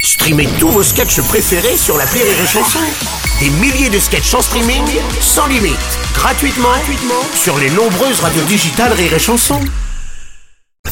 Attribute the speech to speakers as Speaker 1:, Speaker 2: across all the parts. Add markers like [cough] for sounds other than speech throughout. Speaker 1: Streamez tous vos sketchs préférés sur la Rire et Chanson. Des milliers de sketchs en streaming, sans limite, gratuitement, gratuitement sur les nombreuses radios digitales Rire et Chanson.
Speaker 2: La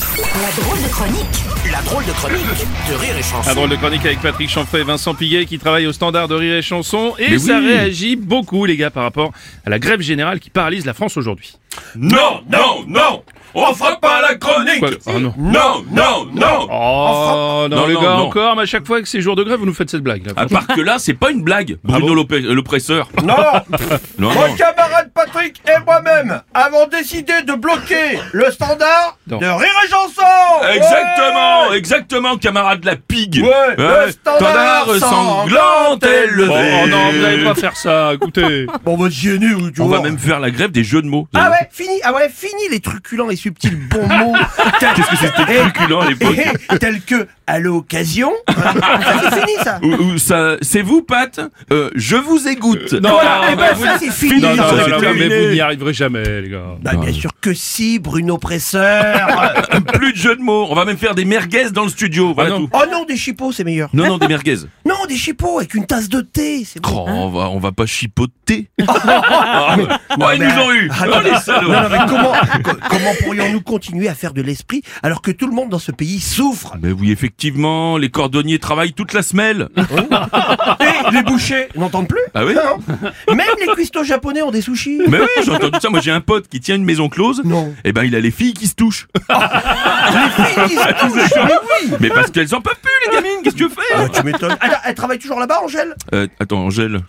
Speaker 2: drôle de chronique.
Speaker 1: La drôle de chronique de Rire et Chanson.
Speaker 3: Un drôle de chronique avec Patrick Chanfray et Vincent Piguet qui travaillent au standard de rire et chanson. Et
Speaker 4: Mais
Speaker 3: ça
Speaker 4: oui.
Speaker 3: réagit beaucoup, les gars, par rapport à la grève générale qui paralyse la France aujourd'hui.
Speaker 4: Non, non, non On frappe pas la chronique
Speaker 3: Quoi Oh non.
Speaker 4: Non, non, non
Speaker 3: Oh, non,
Speaker 4: Non,
Speaker 3: les
Speaker 4: non,
Speaker 3: gars,
Speaker 4: non. Ah,
Speaker 3: encore, mais à chaque fois que ces jours de grève, vous nous faites cette blague. Là.
Speaker 4: À part que là, c'est pas une blague, Bruno l'oppé- l'oppresseur.
Speaker 5: Non
Speaker 4: [laughs] Non,
Speaker 5: Mon
Speaker 4: non.
Speaker 5: camarade Patrick et moi-même avons décidé de bloquer le standard
Speaker 3: Non.
Speaker 5: de Rire et Chanson
Speaker 4: Exactement,
Speaker 5: Ouais
Speaker 4: exactement, camarade la pigue Hein,
Speaker 5: Ouais, le standard
Speaker 4: sanglante
Speaker 3: Oh,
Speaker 4: élevé.
Speaker 3: non, vous n'allez pas faire ça,
Speaker 4: [laughs]
Speaker 3: écoutez.
Speaker 5: Bon, bah, j'y ai nu, tu
Speaker 4: On
Speaker 5: vois.
Speaker 4: va même faire la grève des jeux de mots.
Speaker 5: Ah ouais, fini, ah ouais, fini les truculents et subtils
Speaker 4: [laughs]
Speaker 5: bons mots. tels-
Speaker 4: Qu'est-ce que c'était truculent à
Speaker 5: [laughs]
Speaker 4: l'époque
Speaker 5: eh, tels que à l'occasion. [laughs] Ça, c'est fini, ça.
Speaker 4: Ou- ou ça, c'est vous, Pat Euh, Je vous égoutte.
Speaker 3: Non,
Speaker 5: Voilà,
Speaker 3: non,
Speaker 5: et ben,
Speaker 3: vous-
Speaker 5: ça, c'est fini.
Speaker 3: non, non,
Speaker 4: ça,
Speaker 3: non,
Speaker 4: c'est
Speaker 3: non,
Speaker 4: terminé.
Speaker 3: mais vous n'y arriverez jamais, les gars.
Speaker 5: Bah, bien sûr que si, Bruno Presseur.
Speaker 4: [laughs] Plus de jeux de mots. On va même faire des merguez dans le studio. Voilà
Speaker 3: Ah non.
Speaker 4: tout.
Speaker 5: [laughs] oh non, des chipots, c'est meilleur.
Speaker 4: Non, non, des merguez.
Speaker 5: Non, des chipots avec une tasse de thé, c'est bon.
Speaker 4: Oh, on va, on va pas
Speaker 5: [laughs]
Speaker 4: chipoter. Ah, ouais. Oh, ils
Speaker 5: Hein mais-
Speaker 4: nous ont eu.
Speaker 5: Ah,
Speaker 4: Oh,
Speaker 5: non,
Speaker 4: les
Speaker 5: mais-
Speaker 4: salauds.
Speaker 5: non, non, mais
Speaker 4: [laughs]
Speaker 5: comment, co- comment pourrions-nous continuer à faire de l'esprit alors que tout le monde dans ce
Speaker 4: [laughs]
Speaker 5: pays souffre
Speaker 4: Ah, Mais oui, effectivement, les cordonniers travaillent toute la semelle.
Speaker 5: Et les bouchers n'entendent plus
Speaker 4: Ah oui
Speaker 5: Non. Même les cuistots japonais ont des sushis
Speaker 4: Mais oui, j'ai entendu ça. Moi, j'ai un pote qui tient une maison close.
Speaker 5: Non.
Speaker 4: Eh ben, il a les filles qui se touchent.
Speaker 5: Mais
Speaker 4: [laughs]
Speaker 5: ils touchent, mais oui.
Speaker 4: Mais parce qu'elles en peuvent plus, les gamines. Qu'est-ce que Ah, tu fais
Speaker 5: Tu m'étonnes. Attends, elle travaille toujours là-bas, Angèle
Speaker 4: Euh, Attends, Angèle.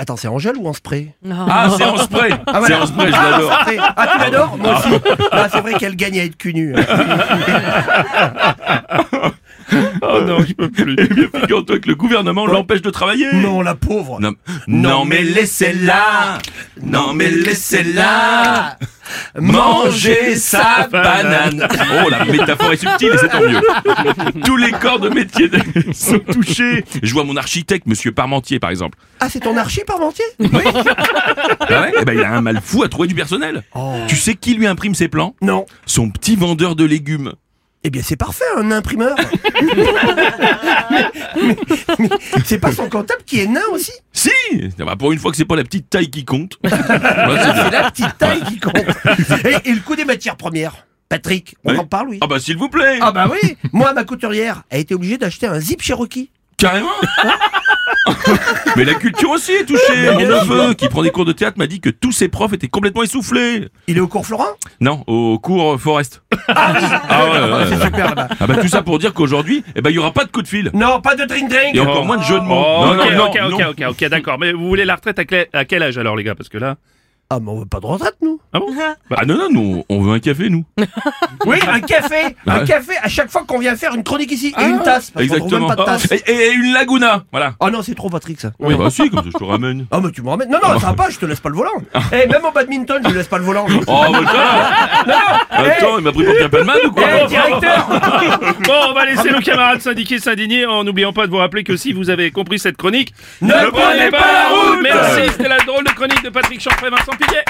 Speaker 5: Attends, c'est Angèle ou en spray
Speaker 4: Ah, c'est en spray.
Speaker 5: Ah,
Speaker 4: C'est
Speaker 5: voilà.
Speaker 4: en spray, je l'adore.
Speaker 5: Ah, c'est- Ah, tu l'adores Moi aussi. Ah, c'est vrai qu'elle gagne à être
Speaker 4: [laughs]
Speaker 5: cul nu.
Speaker 3: Oh non, je peux plus.
Speaker 4: Eh bien, figure-toi que le gouvernement l'empêche de travailler.
Speaker 5: Non, la pauvre.
Speaker 4: Non, non, mais laissez-la. Non, mais laissez-la. Manger sa banane. Oh, la métaphore est subtile et c'est tant mieux. Tous les corps de métier de- [laughs] sont touchés. Je vois mon architecte, monsieur Parmentier, par exemple.
Speaker 5: Ah, c'est ton archi parmentier Oui.
Speaker 4: Ah ouais Eh ben, il a un mal fou à trouver du personnel. Tu sais qui lui imprime ses plans
Speaker 5: Non.
Speaker 4: Son petit vendeur de légumes.
Speaker 5: Eh bien, c'est parfait, un imprimeur. Mais- mais- mais c'est pas son comptable qui est nain aussi.
Speaker 4: Si Ah bah, Pour une fois que c'est pas la petite taille qui compte.
Speaker 5: C'est la petite taille qui compte. Et, et le coût des matières premières. Patrick, on
Speaker 4: Oui.
Speaker 5: en parle, oui.
Speaker 4: Ah bah s'il vous plaît
Speaker 5: Ah bah oui. Moi, ma couturière a été obligée d'acheter un zip Cherokee.
Speaker 4: Carrément [laughs] Mais la culture aussi est touchée Mon neveu, qui prend des cours de théâtre, m'a dit que tous ses profs étaient complètement essoufflés
Speaker 5: Il est au cours Florent
Speaker 4: Non, au cours Forest. Ah ouais, ouais, ouais.
Speaker 5: C'est super là-bas.
Speaker 4: Ah bah tout ça pour dire qu'aujourd'hui, eh ben il y aura pas de coup de fil.
Speaker 5: Non, pas de drink drink.
Speaker 4: Et encore moins de jeux de mots.
Speaker 3: Oh,
Speaker 4: non, non,
Speaker 3: ok,
Speaker 4: non,
Speaker 3: ok,
Speaker 4: non.
Speaker 3: ok, ok, ok, d'accord. Mais vous voulez la retraite à, clé- à quel âge alors, les gars Parce que là.
Speaker 5: Ah, mais on veut pas de retraite, nous.
Speaker 3: Ah bon
Speaker 4: Ah non, non, nous, on veut un café, nous.
Speaker 5: Oui, un café.
Speaker 4: Ah
Speaker 5: Un
Speaker 4: ouais. Ah.
Speaker 5: café à chaque fois qu'on vient faire une chronique ici. et une tasse. Parce qu'on trouve Ah, même
Speaker 4: Exactement. Ah, Oh,
Speaker 5: pas de tasse.
Speaker 4: Et, et- et une laguna, voilà.
Speaker 5: Oh non, c'est trop, Patrick, ça.
Speaker 4: Ah bah si, comme ça, je te ramène.
Speaker 5: Ah, mais tu me ramènes. Non, non,
Speaker 4: [laughs]
Speaker 5: ça va pas, je te laisse pas le volant. Eh, même au badminton, je lui laisse pas le volant.
Speaker 4: Oh, bah ça va. Attends, il m'a pris pour Pimpelman ou quoi
Speaker 5: Eh, directeur
Speaker 4: [laughs]
Speaker 3: Bon, on va laisser nos camarades syndiqués s'indigner en n'oubliant pas de vous rappeler que si vous avez compris cette chronique,
Speaker 5: Ne
Speaker 4: prenez pas la route
Speaker 3: [laughs] Merci, c'était la drôle de chronique de Patrick Chanfray et Vincent Piguet.